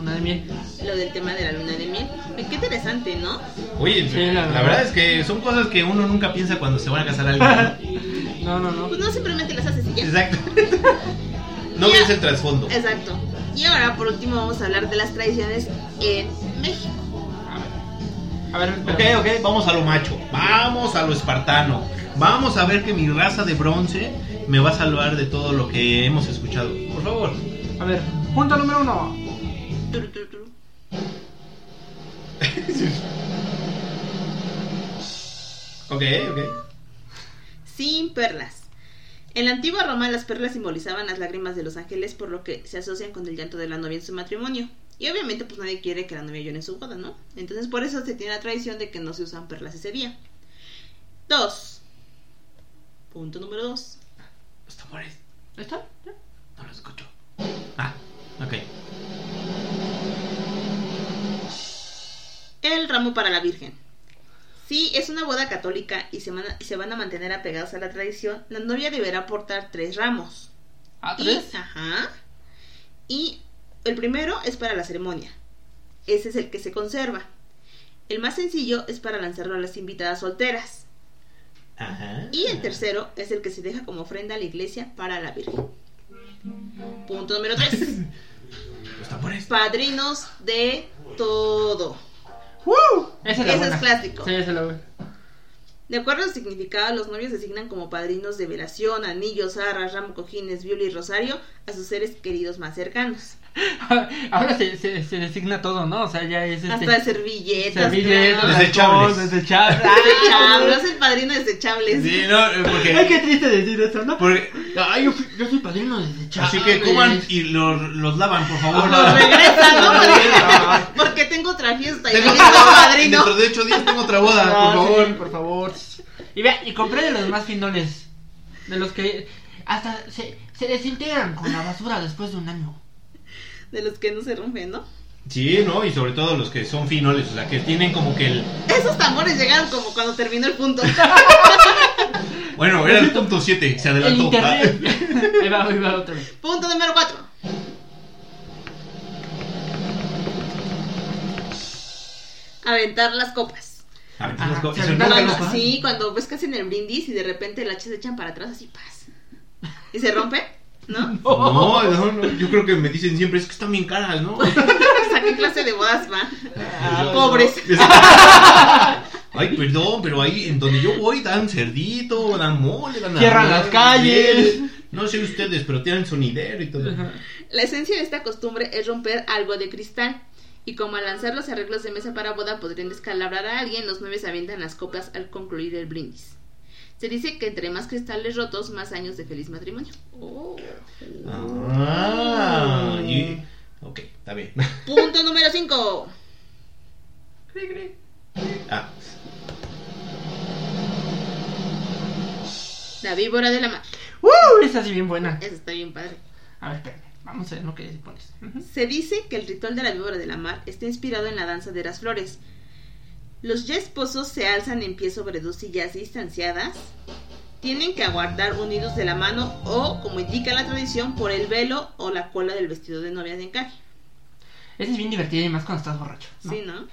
S5: Una de miel.
S3: lo del tema de la luna de miel. Ay, Qué interesante, ¿no?
S4: Oye,
S5: Sí, la
S4: la,
S5: verdad.
S4: verdad es que son cosas que uno nunca piensa cuando se van a casar a alguien.
S5: No, no, no.
S3: Pues no simplemente las haces y ya.
S4: Exacto. No ves el trasfondo.
S3: Exacto. Y ahora, por último, vamos a hablar de las tradiciones en México.
S5: A ver, espera.
S4: Ok, ok, vamos a lo macho, vamos a lo espartano, vamos a ver que mi raza de bronce me va a salvar de todo lo que hemos escuchado. Por favor.
S5: A ver, punto número uno.
S3: Turu, turu, turu.
S4: Ok, ok.
S3: Sin perlas. En la antigua Roma las perlas simbolizaban las lágrimas de los ángeles por lo que se asocian con el llanto de la novia en su matrimonio. Y obviamente pues nadie quiere que la novia llore en su boda, ¿no? Entonces por eso se tiene la tradición de que no se usan perlas ese día. 2. Punto número 2.
S4: Los tambores,
S5: ¿Está?
S4: no los escucho. Ah, ok.
S3: El ramo para la Virgen. Si es una boda católica y se, van a, y se van a mantener apegados a la tradición, la novia deberá portar tres ramos.
S5: ¿A
S3: Y- ajá. Y el primero es para la ceremonia. Ese es el que se conserva. El más sencillo es para lanzarlo a las invitadas solteras.
S4: Ajá.
S3: Y el tercero es el que se deja como ofrenda a la iglesia para la Virgen. Punto número 3.
S4: Los tambores.
S3: Padrinos de todo.
S5: Esa es la
S3: Ese
S5: buena.
S3: es clásico.
S5: Sí, esa es la buena.
S3: De acuerdo al significado, los novios designan como padrinos de velación, anillos, arras, ramo, cojines, viola y rosario a sus seres queridos más cercanos.
S5: Ahora se, se, se designa todo, ¿no? O sea, ya es este...
S3: Hasta servilletas.
S5: servilletas,
S3: clavos.
S4: Desechables.
S5: alcohol, desechables.
S3: Desechable, es el padrino desechable.
S4: Sí, no, eh,
S5: Ay, qué
S4: porque...
S5: triste decir eso, ¿no?
S4: porque
S5: Ay, yo, fui- yo soy padrino desechable.
S4: así que coman y los, los lavan, por favor.
S3: Los regresa, ¿no?
S5: Ay,
S3: Porque, porque tengo otra fiesta y
S4: Tengo-
S3: tengo padrino.
S4: Dentro de ocho días tengo otra boda,
S5: Ah,
S4: por
S5: sí,
S4: favor.
S5: por favor. Y vea, y compré de los más finoles. De los que hasta se, se desintegran con la basura después de un año.
S3: De los que no se rompen, ¿no?
S4: Sí, ¿no? Y sobre todo los que son finoles, o sea, que tienen como que el...
S3: Esos tambores llegaron como cuando terminó el punto.
S4: Bueno, era el punto 7, se
S5: El
S4: adelantó.
S5: internet. ahí va, ahí va otra vez.
S3: punto número 4. Aventar las copas.
S4: A ver, las
S5: Ajá.
S4: co-
S5: Se
S4: eso
S5: aventaron
S4: nunca lo-
S5: las
S3: Cuando-
S5: copas?
S3: sí, cuando ves que hacen el brindis y de repente el hacha se echan para atrás así, paz. Y se rompe. ¿no?
S4: No, no, no, yo creo que me dicen siempre, es que están bien caras, ¿no?
S3: O sea, ¿qué clase de bodas van?
S5: Ah,
S3: Pobres.
S4: Ay, perdón, pero ahí en donde yo voy dan cerdito, dan mole, dan
S5: Cierran
S4: arroz,
S5: las calles.
S4: miel. No sé ustedes, pero tienen sonidero y todo.
S3: La esencia de esta costumbre es romper algo de cristal. Y como al lanzar los arreglos de mesa para boda podrían descalabrar a alguien, los nueve se avientan las copas al concluir el brindis. Se dice que entre más cristales rotos, más años de feliz matrimonio.
S4: Ah, y- ok, está bien.
S3: Punto número 5.
S4: Ah,
S3: La víbora de la mar.
S5: ¡Uh! Esa sí bien buena.
S3: Eso está bien padre.
S5: A ver, espérame. Vamos a ver lo que pones. Ujú.
S3: Se dice que el ritual de la víbora de la mar está inspirado en la danza de las flores. Los ya esposos se alzan en pie sobre dos sillas distanciadas. Tienen que aguardar unidos de la mano o, como indica la tradición, por el velo o la cola del vestido de novia de encaje.
S5: Esa es bien divertida y más cuando estás borracho. ¿no?
S3: ¿Sí, no?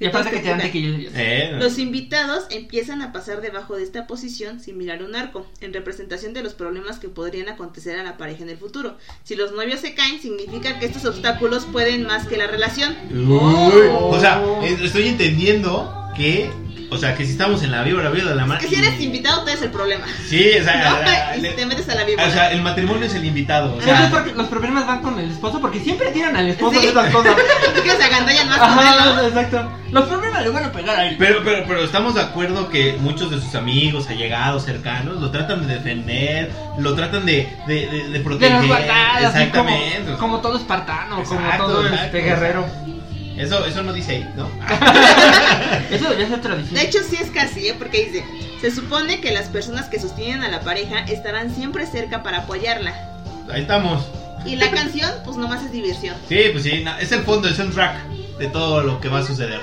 S5: Y aparte que te dan
S3: todos
S5: tequila. de Dios.
S4: eh,
S3: Los invitados empiezan a pasar debajo de esta posición similar a un arco, en representación de los problemas que podrían acontecer a la pareja en el futuro. Si los novios se caen, significa que estos obstáculos pueden más que la relación.
S4: uy, o sea, eh, estoy entendiendo que, o sea, que si estamos en la víbora, víbora de la mar.
S3: Que si eres invitado, tú eres el problema.
S4: Sí, o sea,
S3: No,
S4: la-
S3: y
S4: le-
S3: te metes a la
S4: o
S3: víbora.
S4: sea, el matrimonio es el invitado. O
S5: Pero
S4: sea,
S5: es porque los problemas van con el esposo porque siempre tiran al esposo
S3: Sí.
S5: de esas cosas.
S3: ¿Tú crees que se agantallan más con él,
S5: Ajá,
S3: no?
S5: exacto. Los problemas le van a pegar a él.
S4: Pero, pero, pero estamos de acuerdo que muchos de sus amigos, allegados, cercanos, lo tratan de defender, lo tratan de, de, de, de
S5: De
S4: proteger.
S5: las guardadas, así como,
S4: Exactamente.
S5: como todo espartano,
S4: Exacto,
S5: como todo
S4: exacto.
S5: este guerrero.
S4: Eso, eso no dice ahí, ¿no? Ah,
S5: Eso debería ser tradición.
S3: De hecho, sí es casi, ¿eh? porque dice: Se supone que las personas que sostienen a la pareja estarán siempre cerca para apoyarla.
S4: Ahí estamos.
S3: Y la canción, pues nomás es diversión.
S4: Sí, pues sí, na- es el fondo, el soundtrack de todo lo que va a suceder.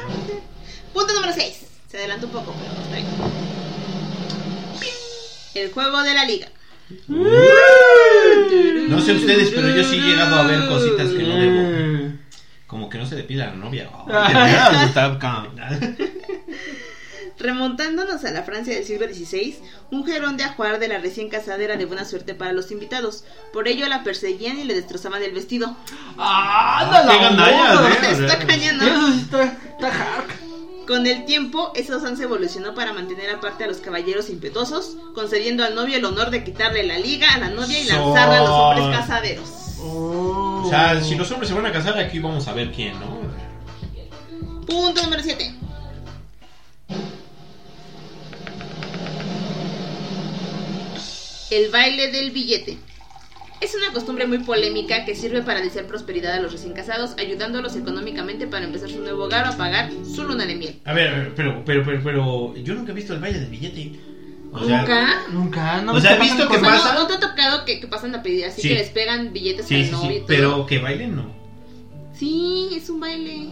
S3: Punto número 6. Se adelanta un poco, pero está bien. El juego de la liga.
S4: No sé ustedes, pero yo sí he llegado a ver cositas que no debo. Como que no se depila la novia. Oh, te pegas, está cabrón.
S3: Remontándonos a la Francia del siglo XVI, un gerón de ajuar de la recién casada era de buena suerte para los invitados. Por ello la perseguían y le destrozaban el vestido.
S5: ¡Ah, anda
S4: qué
S5: la
S4: gandallas,
S5: onda!
S4: eh.
S3: Está
S4: bueno.
S3: cañón, ¿no?
S5: Eso sí está, está hard.
S3: Con el tiempo, esa usanza evolucionó para mantener aparte a los caballeros impetuosos, concediendo al novio el honor de quitarle la liga a la novia y lanzarla a los hombres casaderos.
S4: O sea, si los hombres se van a casar, aquí vamos a ver quién, ¿no?
S3: Punto número 7. El baile del billete. Es una costumbre muy polémica que sirve para desear prosperidad a los recién casados, ayudándolos económicamente para empezar su nuevo hogar o a pagar su luna de miel.
S4: A ver, a ver, pero, pero, pero, pero, yo nunca he visto el baile del billete. O sea,
S3: ¿Nunca?
S5: Nunca, no
S4: O
S5: ves
S4: sea,
S5: que
S4: ¿has visto
S5: pasan
S3: O
S4: que
S5: cosas?
S3: sea,
S4: pasa?
S3: ¿no, no te ha tocado que, que pasan a pedir así
S4: Sí.
S3: que les pegan billetes
S4: Sí,
S3: al
S4: sí,
S3: novio y
S4: sí,
S3: todo?
S4: pero que bailen no.
S3: Sí, es un baile.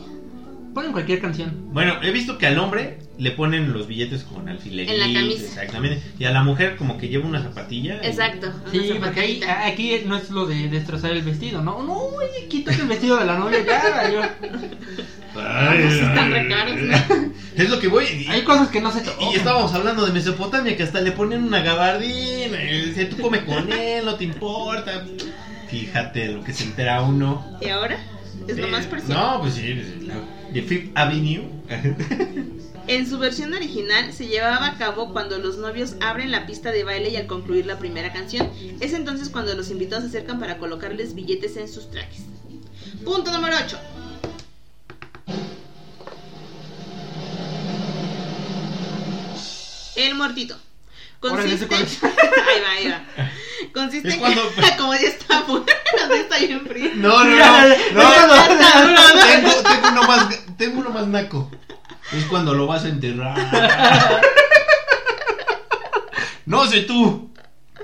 S5: Ponen cualquier canción.
S4: Bueno, he visto que al hombre le ponen los billetes con alfileres.
S3: En la camisa.
S4: Exactamente. Y a la mujer como que lleva una zapatilla. y-
S3: Exacto.
S5: Sí,
S3: una
S5: porque ahí,
S3: zapatita.
S5: aquí no es lo de destrozar el vestido, ¿no? No, oye, quítate el vestido de la novia ya. yo-
S4: Ay,
S3: Pues están
S4: ay,
S3: re caros,
S4: Es lo que voy. Y,
S5: Hay cosas que no se
S4: y
S5: tocan.
S4: estábamos hablando de Mesopotamia que hasta le ponen una gabardina. y dice, tú come con él, no te importa. Fíjate lo que se entera uno.
S3: ¿Y ahora? Es lo
S4: Sí.
S3: más parecido.
S4: No, pues sí. pues, la- De Fifth Avenue.
S3: En su versión original se llevaba a cabo cuando los novios abren la pista de baile y al concluir la primera canción. Es entonces cuando los invitados se acercan para colocarles billetes en sus trajes. Punto número 8. El muertito.
S5: Órale,
S3: Consiste.
S5: ¿ese cuál es?
S3: ahí va, ahí va. Consiste
S4: Es
S3: en
S4: cuando-
S3: que. Como ya está muerto, está bien frío.
S4: No, no, no.
S5: Ya,
S4: no,
S5: ya,
S4: no,
S5: ya, ya,
S4: no,
S5: ya,
S4: tengo, tengo uno más, tengo uno más naco. Es cuando lo vas a enterrar. No sé tú,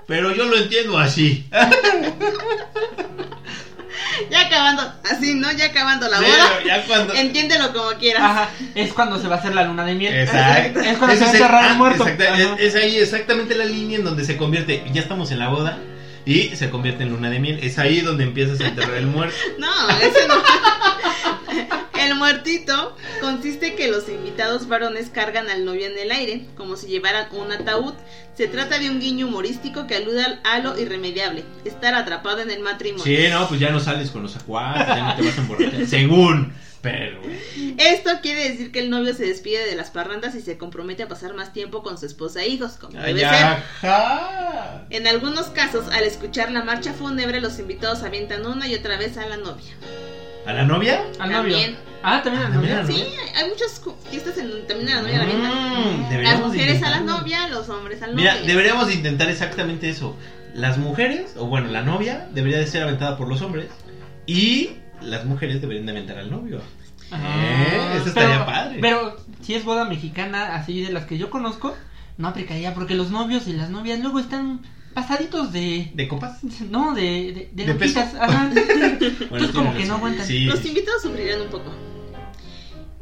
S4: pero yo lo entiendo así.
S3: Ya acabando. Así, ¿no? Ya acabando la
S4: Sí,
S3: boda.
S4: ya cuando-
S3: Entiéndelo como quieras.
S5: Ajá, es cuando se va a hacer la luna de miel.
S4: Exacto.
S5: Es cuando
S4: Ese es
S5: se va a
S4: el-
S5: enterrar
S4: ah,
S5: el muerto.
S4: exacta-
S5: Ajá.
S4: es, es ahí exactamente la línea en donde se convierte. Ya estamos en la boda y se convierte en luna de miel. Es ahí donde empiezas a enterrar el muerto.
S3: No, ese no. El El muertito consiste que los invitados varones cargan al novio en el aire, como si llevaran un ataúd. Se trata de un guiño humorístico que alude al- a lo irremediable, estar atrapado en el matrimonio.
S4: Sí, no, pues ya no sales con los acuates, ya no te vas a emborrachar. Según, pero.
S3: Esto quiere decir que el novio se despide de las parrandas y se compromete a pasar más tiempo con su esposa e hijos, como
S4: Ay,
S3: debe ser.
S4: ajá.
S3: En algunos casos, al escuchar la marcha fúnebre, los invitados avientan una y otra vez a la novia.
S4: ¿A la novia?
S5: Al novio.
S3: También.
S5: Ah, también al novio.
S4: También al
S3: Sí, hay- hay muchas cu- fiestas en donde también a la novia la avientan.
S4: Mm,
S3: Las
S4: deberíamos
S3: mujeres a la
S4: intentarlo.
S3: novia, los hombres al novio.
S4: Mira, deberíamos de intentar exactamente eso. Las mujeres, o bueno, la novia debería de ser aventada por los hombres y las mujeres deberían de aventar al novio. Eh, eso estaría
S5: pero,
S4: padre.
S5: Pero si es boda mexicana, así de las que yo conozco, no aplicaría porque los novios y las novias luego están pasaditos de.
S4: ¿De copas?
S5: No, de. De,
S4: ¿De
S5: de, lonjitas. Ajá. Entonces,
S4: Bueno,
S5: como
S4: tiene
S5: que no
S4: razón.
S5: aguantan.
S4: Sí.
S3: Los invitados sufrirán un poco.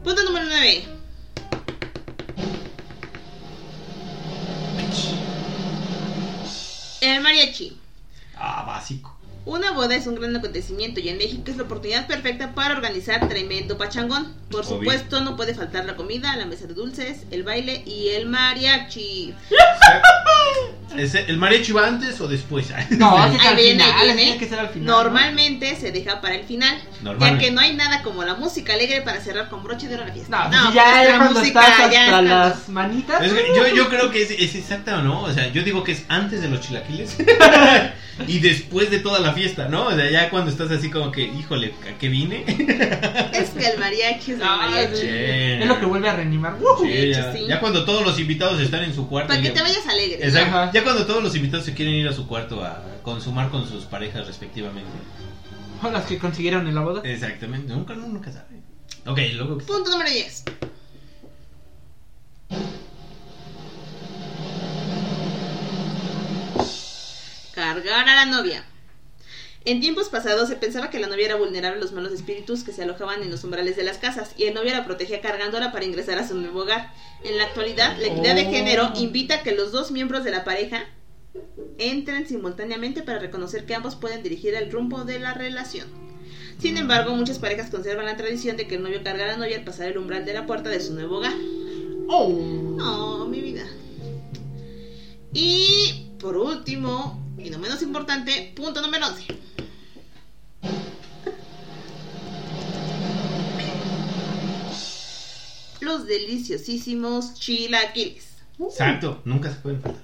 S3: Punto número 9. El mariachi.
S4: Ah, básico.
S3: Una boda es un gran acontecimiento y en México es la oportunidad perfecta para organizar tremendo pachangón. Por
S4: Obvio.
S3: supuesto, no puede faltar la comida, la mesa de dulces, el baile y el mariachi.
S4: Ese- ¿El mariachi va antes o después?
S5: No, así
S3: Ahí
S5: que al
S3: viene, ahí
S5: final, así
S3: viene.
S5: tiene que ser al final. ¿no?
S3: ¿eh? Normalmente se deja para el final, ya
S4: Normalmente.
S3: que no hay nada como la música alegre para cerrar con broche de oro la
S5: No,
S3: fiesta.
S5: pues
S3: No,
S5: ya,
S3: pues
S5: ya
S3: la
S5: cuando
S3: música,
S5: estás hasta
S3: ya está.
S5: las manitas.
S4: Es que yo, yo creo que es, es exacta o no. O sea, yo digo que es antes de los chilaquiles y después de toda la fiesta, ¿no? O sea, ya cuando estás así como que, híjole, ¿a qué vine?
S3: Es que el mariachi es el
S5: Ah,
S3: mariachi.
S5: sí.
S4: Che.
S5: Es lo que vuelve a reanimar.
S4: eh,
S5: ¡Wujú!
S4: Sí, ya,
S3: Sí.
S4: ya cuando todos los invitados están en su cuarto.
S3: Para que
S4: ya-
S3: te vayas alegre.
S4: Exacto.
S5: Ajá.
S4: Ya cuando todos los invitados se quieren ir a su cuarto a consumar con sus parejas respectivamente.
S5: O las que consiguieron en la boda.
S4: Eh, Exactamente. Nunca, uno nunca sabe. Ok, luego.
S3: Punto número 10. Cargar a la novia. En tiempos pasados se pensaba que la novia era vulnerable a los malos espíritus que se alojaban en los umbrales de las casas y el novio la protegía cargándola para ingresar a su nuevo hogar. En la actualidad, la equidad de
S5: Oh.
S3: género invita a que los dos miembros de la pareja entren simultáneamente para reconocer que ambos pueden dirigir el rumbo de la relación. Sin embargo, muchas parejas conservan la tradición de que el novio carga a la novia al pasar el umbral de la puerta de su nuevo hogar.
S5: Oh.
S3: No, mi vida. Y por último, y no menos importante, punto número 11. Los deliciosísimos chilaquiles.
S4: Exacto. Nunca se pueden faltar.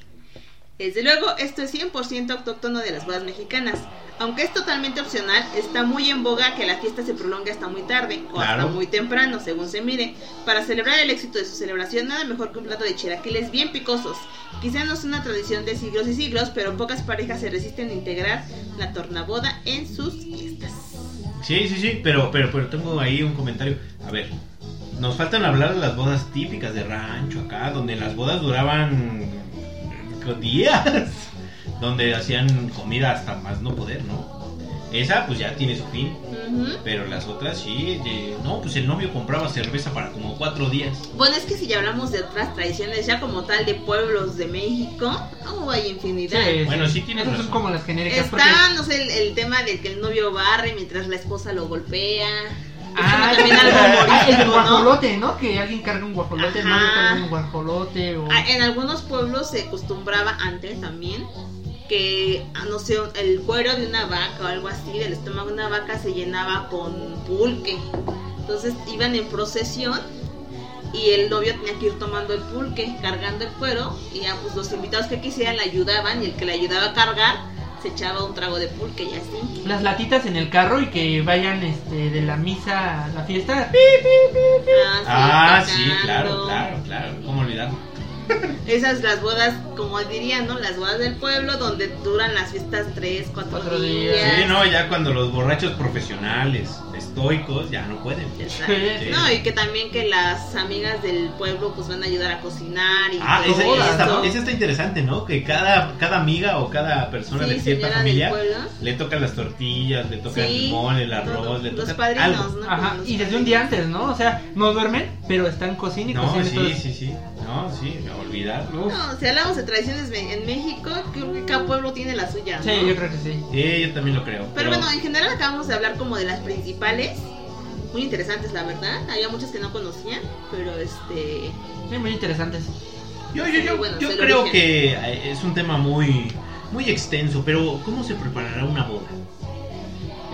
S3: Desde luego, esto es 100% autóctono de las bodas mexicanas. Aunque es totalmente opcional, está muy en boga que la fiesta se prolongue hasta muy tarde o hasta
S4: Claro.
S3: muy temprano, según se mire. Para celebrar el éxito de su celebración, nada mejor que un plato de chilaquiles bien picosos. Quizá no es una tradición de siglos y siglos, pero pocas parejas se resisten a integrar la tornaboda en sus fiestas.
S4: Sí, sí, sí. Pero, pero, pero tengo ahí un comentario. A ver. Nos faltan hablar de las bodas típicas de rancho acá, donde las bodas duraban con días, donde hacían comida hasta más no poder, ¿no? Esa pues ya tiene su fin,
S3: Ujú.
S4: Pero las otras sí, de- no, pues el novio compraba cerveza para como cuatro días.
S3: Bueno, es que si ya hablamos de otras tradiciones, ya como tal de pueblos de México, oh, hay infinidad.
S4: Bueno, sí tienes
S5: Esas son
S4: razón.
S5: como las genéricas. porque-
S3: Está, no sé, el, el tema de que el novio barre mientras la esposa lo golpea.
S5: Ah,
S3: Eso también algo
S5: ah, el del
S3: humorístico, ¿no?
S5: guajolote, ¿no? Que alguien carga un guajolote, el novio
S3: Ajá.
S5: carga un guajolote o...
S3: Ah, En algunos pueblos se acostumbraba antes también que, ah, no sé, el cuero de una vaca o algo así, del estómago de una vaca se llenaba con pulque. Entonces iban en procesión y el novio tenía que ir tomando el pulque, cargando el cuero y ya pues los invitados que quisieran le ayudaban y el que le ayudaba a cargar se echaba un trago de pulque y así.
S5: Las latitas en el carro y que vayan este, de la misa a la fiesta.
S4: Ah,
S3: sí,
S4: sí, claro,
S3: tocando.
S4: claro, claro. ¿Cómo olvidarlo?
S3: Esas las bodas, como dirían, ¿no? Las bodas del pueblo donde duran las fiestas tres, cuatro
S5: Cuatro
S3: días.
S5: días.
S4: Sí, no, ya cuando los borrachos profesionales, estoicos, ya no pueden.
S3: Exacto.
S5: Sí.
S3: No, y que también que las amigas del pueblo pues van a ayudar a cocinar y
S4: Ah,
S3: todo
S4: esa, esa
S3: eso.
S4: está, esa está interesante, ¿no? Que cada, cada amiga o cada persona
S3: Sí,
S4: de cierta
S3: señora
S4: familia
S3: del pueblo.
S4: le tocan las tortillas, le tocan el
S3: Sí,
S4: limón, el arroz,
S3: todo.
S4: le tocan
S3: los padrinos,
S4: algo.
S3: ¿no?
S5: Ajá,
S3: Los
S5: y desde un día antes, ¿no? O sea, no duermen, pero están cocina y
S4: No,
S5: cocina.
S4: sí,
S5: entonces-
S4: sí, sí. No, sí, no, olvidarlo.
S5: Uf.
S3: No, si hablamos de tradiciones me- en México, creo que cada pueblo tiene la suya. ¿no?
S5: Sí, yo creo que sí.
S4: Sí, yo también lo creo.
S3: Pero bueno, en general acabamos de hablar como de las principales muy interesantes, la verdad. Había muchas que no conocía, pero este.
S5: Sí, muy interesantes.
S4: Yo, yo, yo,
S3: Bueno,
S4: yo
S3: se lo
S4: creo
S3: dije.
S4: que eh, es un tema muy, muy extenso, pero ¿cómo se preparará una boda?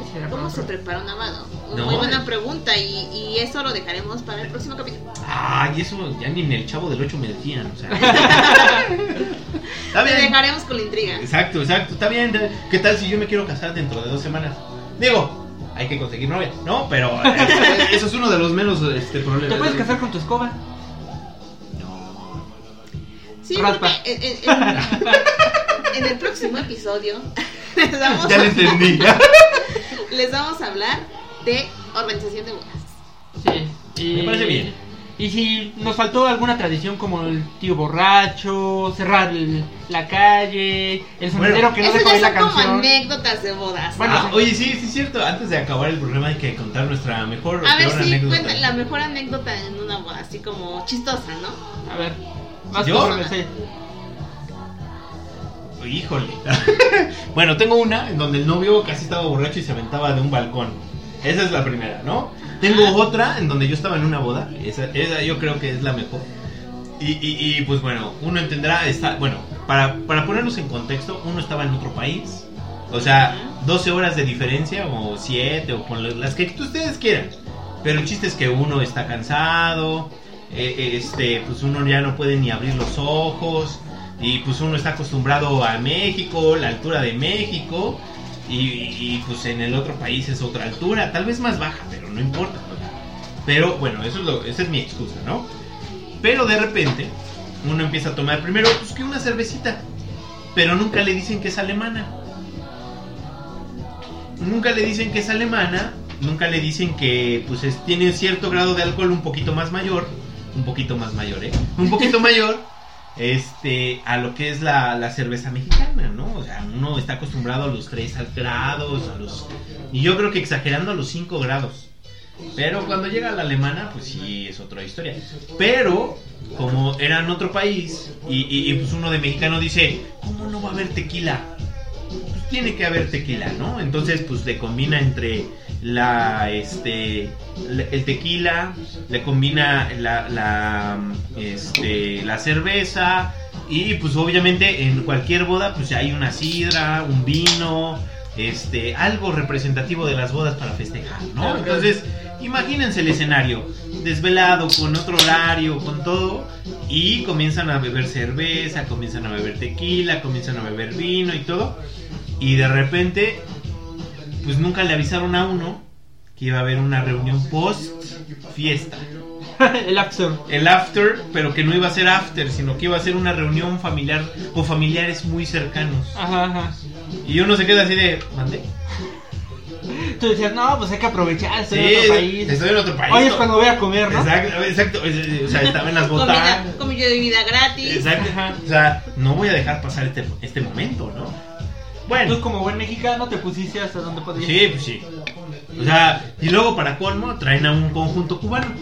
S5: Ese era
S3: ¿Cómo
S5: bueno.
S3: se prepara un amado?
S4: No.
S3: Muy buena pregunta, y, y eso lo dejaremos para el próximo capítulo.
S4: Ay, eso ya ni en el chavo del 8 me decían, o sea. Está
S3: Lo
S4: bien.
S3: dejaremos con la intriga.
S4: Exacto, exacto. Está bien. ¿Qué tal si yo me quiero casar dentro de dos semanas? Digo, hay que conseguir novia, ¿no? Pero eh, eso es uno de los menos este, problemas.
S5: Te puedes casar con tu escoba.
S3: Sí,
S5: Raspa.
S3: porque en, en- en- en el próximo episodio les vamos,
S4: Ya
S3: a,
S4: le entendí.
S3: les vamos a hablar de organización de bodas.
S5: Sí. y-
S4: Me parece bien.
S5: Y si nos faltó alguna tradición como el tío borracho, cerrar el- la calle, el
S4: Bueno.
S5: sonidero que no
S3: Eso
S5: deja oír
S3: ya
S5: la
S3: son como
S5: canción.
S3: anécdotas de bodas.
S5: Bueno,
S4: Ah, oye, sí, sí es cierto. Antes de acabar el programa hay que contar nuestra mejor o
S3: a ver
S4: peor
S3: si
S4: anécdota.
S3: cuentan la mejor anécdota en una boda, así como chistosa, ¿no?
S5: A ver, más
S4: ¿Yo?
S5: cosas, sí.
S4: Híjole. bueno, tengo una en donde el novio casi estaba borracho y se aventaba de un balcón. Esa es la primera, ¿no? Tengo otra en donde yo estaba en una boda. Esa, esa yo creo que es la mejor. Y, y- y, pues bueno, uno entenderá, está, bueno, para, para ponernos en contexto, uno estaba en otro país. O sea, 12 horas de diferencia o 7 o con lo- las que ustedes quieran. Pero el chiste es que uno está cansado, eh, eh, este, pues uno ya no puede ni abrir los ojos y pues uno está acostumbrado a México, la altura de México y, y, pues en el otro país es otra altura, tal vez más baja, pero no importa. ¿no? Pero bueno, eso es lo, esa es mi excusa, ¿no? Pero de repente uno empieza a tomar primero pues que una cervecita, pero nunca le dicen que es alemana. Nunca le dicen que es alemana, nunca le dicen que pues es- tiene un cierto grado de alcohol un poquito más mayor, un poquito más mayor, ¿eh? Un poquito mayor este, a lo que es la, la cerveza mexicana, ¿no? O sea, uno está acostumbrado a los 3 grados, a los... Y yo creo que exagerando a los 5 grados. Pero cuando llega la alemana, pues sí, es otra historia. Pero, como era en otro país, y, y- y, pues uno de mexicano dice, ¿cómo no va a haber tequila? Pues tiene que haber tequila, ¿no? Entonces, pues le combina entre la, este, la- el tequila, le combina la, la, este, la cerveza y pues obviamente en cualquier boda pues hay una sidra, un vino, este, algo representativo de las bodas para festejar, ¿no? Entonces, imagínense el escenario, desvelado, con otro horario, con todo, y comienzan a beber cerveza, comienzan a beber tequila, comienzan a beber vino y todo, y de repente, pues nunca le avisaron a uno que iba a haber una reunión post fiesta.
S5: el absurd.
S4: El after, pero que no iba a ser after, sino que iba a ser una reunión familiar o familiares muy cercanos.
S5: Ajá, ajá.
S4: Y uno se queda así de, ¿mandé?
S5: Tú decías, no, pues hay que aprovechar, estoy
S4: Sí,
S5: en otro país.
S4: estoy en otro país.
S5: Hoy es cuando voy a comer, ¿no?
S4: Exacto, exacto. es- es- O sea, estaba en las botas.
S3: Comida, comida de vida gratis.
S4: Exacto.
S5: Ajá.
S4: O sea, no voy a dejar pasar este, este momento, ¿no?
S5: Tú
S4: Bueno,
S5: como buen mexicano te pusiste hasta donde podías.
S4: sí, pues sí. O sea, y luego para colmo traen a un conjunto cubano.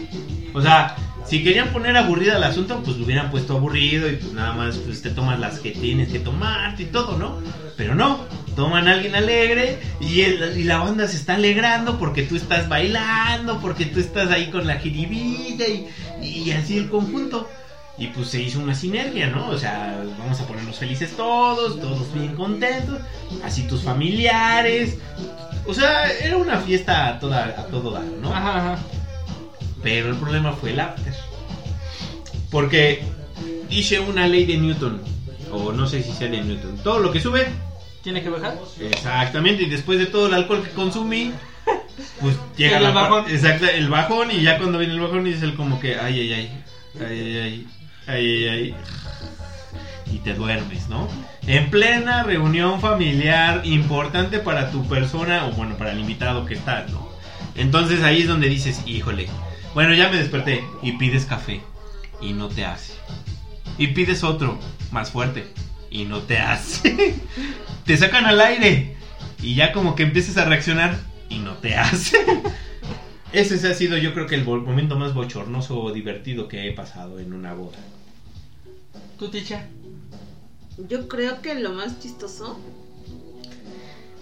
S4: O sea, si querían poner aburrida el asunto, pues lo hubieran puesto aburrido y pues nada más pues te tomas las que tienes que tomarte y todo, ¿no? Pero no, toman a alguien alegre y, el- y la banda se está alegrando porque tú estás bailando, porque tú estás ahí con la jiribilla y, y así el conjunto. Y pues se hizo una sinergia, ¿no? O sea, vamos a ponernos felices todos, todos bien contentos, así tus familiares. O sea, era una fiesta a, toda, a todo dar, ¿no?
S5: Ajá, ajá.
S4: Pero el problema fue el after. Porque dice una ley de Newton, o no sé si sea de Newton, todo lo que sube,
S5: ¿Tiene que bajar?
S4: exactamente, y después de todo el alcohol que consumí, pues llega
S5: El
S4: la par-
S5: bajón.
S4: Exacto, el bajón, y ya cuando viene el bajón, dice el como que, ay, ay, ay, ay, ay, ay, ay, ay, ay", y te duermes, ¿no? En plena reunión familiar, importante para tu persona, o bueno, para el invitado que está, ¿no? Entonces ahí es donde dices, híjole, bueno, ya me desperté y pides café y no te hace. Y pides otro, más fuerte, y no te hace. te sacan al aire y ya como que empiezas a reaccionar y no te hace. Ese ha sido yo creo que el bo- momento más bochornoso o divertido que he pasado en una boda.
S5: Tú, ticha.
S3: Yo creo que lo más chistoso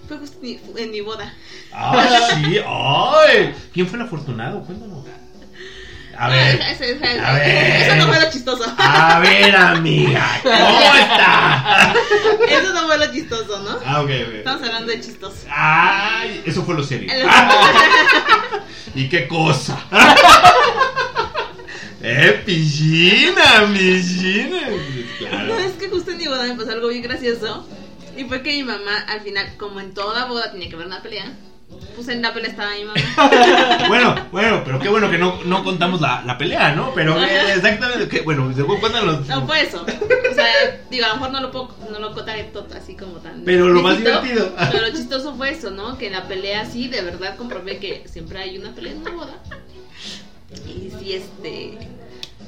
S3: Fue justo en mi- en mi boda.
S4: ¡Ah, sí! ¡Ay! ¿Quién fue el afortunado? Cuéntanos. A ver.
S3: Eso, eso, eso.
S4: A ver. Ah.
S3: Eso no fue lo chistoso.
S4: A ver, amiga. ¿Cómo está?
S3: Eso no fue lo chistoso, ¿no?
S4: Ah, ok, ok.
S3: Estamos hablando de chistoso.
S4: Ay, eso fue lo serio. ¿Y qué cosa? ¡Eh, pillina, pillina! Pues, Claro.
S3: No, es que justo en mi boda me pasó algo bien gracioso. Y fue que mi mamá, al final, como en toda boda tenía que haber una pelea, pues en la pelea estaba mi mamá.
S4: Bueno, bueno, pero qué bueno que no, no contamos la, la pelea, ¿no? Pero eh, exactamente, que, bueno, luego cuéntanos.
S3: No fue eso. O sea, digo, a lo mejor no lo puedo, no lo contaré todo así como tan.
S4: Pero lo más
S3: explícito,
S4: divertido.
S3: Pero lo chistoso fue eso, ¿no? Que en la pelea sí, de verdad comprobé que siempre hay una pelea en una boda. Y sí, este.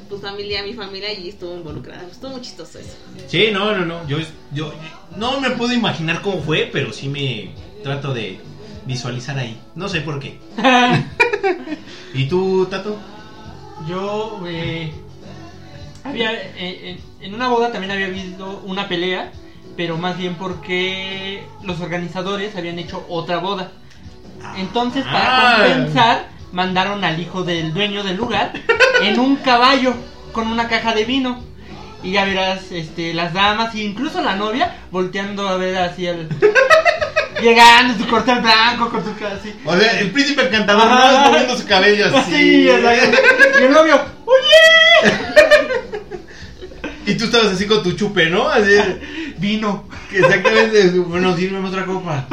S3: Tu familia, mi familia, y estuvo involucrada. Pues, Estuvo muy chistoso eso.
S4: Sí, no, no, no. Yo, yo no me puedo imaginar cómo fue, pero sí me trato de visualizar ahí. No sé por qué. ¿Y tú, Tato?
S5: Yo, eh, había, eh, en- en una boda también había habido una pelea, pero más bien porque los organizadores habían hecho otra boda. Entonces, para
S4: Ah.
S5: compensar, mandaron al hijo del dueño del lugar en un caballo con una caja de vino. Y ya verás, este, las damas e incluso la novia volteando a ver así el... Llegando su cortel blanco con su cara así.
S4: O sea, el príncipe cantador
S5: Ajá.
S4: no moviendo su cabello así.
S5: Así, exacto. Y el novio, ¡oye!
S4: Y tú estabas así con tu chupe, ¿no? Así,
S5: Vino.
S4: que exactamente, bueno, sírveme otra copa.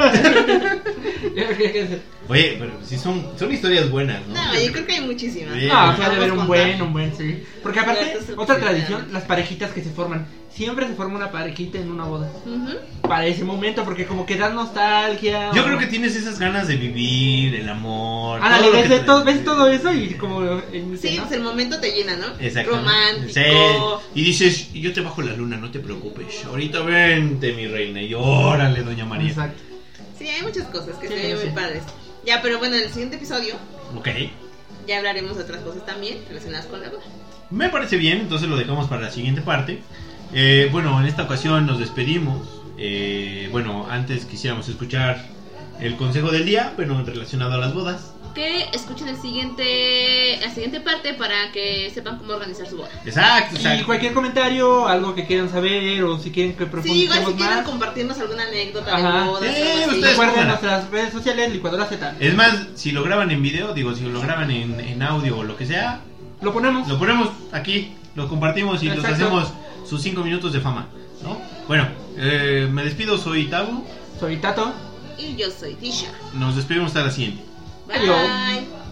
S5: No,
S4: Oye, pero sí son, son historias buenas, ¿no?
S3: No, yo creo que hay muchísimas.
S4: Sí.
S5: pues ha de haber un buen, un buen, sí. Porque aparte,
S3: Esto es
S5: otra
S3: el-
S5: tradición, las parejitas que se forman. Siempre se forma una parejita en una boda.
S3: Ujú.
S5: Para ese momento, porque como que da nostalgia.
S4: Yo
S5: o-
S4: creo que tienes esas ganas de vivir, el amor.
S5: Ándale,
S4: todo lo
S5: ves,
S4: que
S5: de
S4: te-
S5: todo, ves todo eso y como. en-
S3: Sí,
S5: ¿no?
S3: pues el momento te llena, ¿no?
S4: Exacto.
S3: Romántico.
S4: Y dices, yo te bajo la luna, no te preocupes. Ahorita vente, mi reina. Y órale, doña María.
S5: Exacto.
S3: Sí, hay muchas cosas que
S5: Sí,
S3: se ven
S5: sí.
S3: muy padres. Ya, pero bueno, en el siguiente episodio
S4: Ok.
S3: ya hablaremos de otras cosas también relacionadas con la boda.
S4: Me parece bien, entonces lo dejamos para la siguiente parte. Eh, bueno, en esta ocasión nos despedimos. Eh, bueno, antes quisiéramos escuchar el consejo del día, bueno, relacionado a las bodas.
S3: Que escuchen el siguiente, la siguiente parte para que sepan cómo organizar su boda.
S4: Exacto,
S5: Y
S4: exacto.
S5: cualquier comentario, algo que quieran saber o si quieren que
S3: Sí, igual
S5: profundicemos
S3: si quieren
S5: más.
S3: compartirnos alguna anécdota
S5: Ajá.
S3: de bodas.
S4: Eh,
S3: algo así.
S4: ustedes- Eh,
S5: Recuerden nuestras redes sociales, licuadora Z.
S4: Es más, si lo graban en video, digo, si lo graban en, en audio o lo que sea,
S5: Lo ponemos.
S4: lo ponemos aquí, lo compartimos y los
S5: Exacto.
S4: hacemos sus 5 minutos de fama, ¿no? Bueno, eh, me despido, soy Tabu.
S5: Soy Tato.
S3: Y yo soy Tisha.
S4: Nos despedimos hasta la siguiente.
S3: Bye.
S5: Adiós.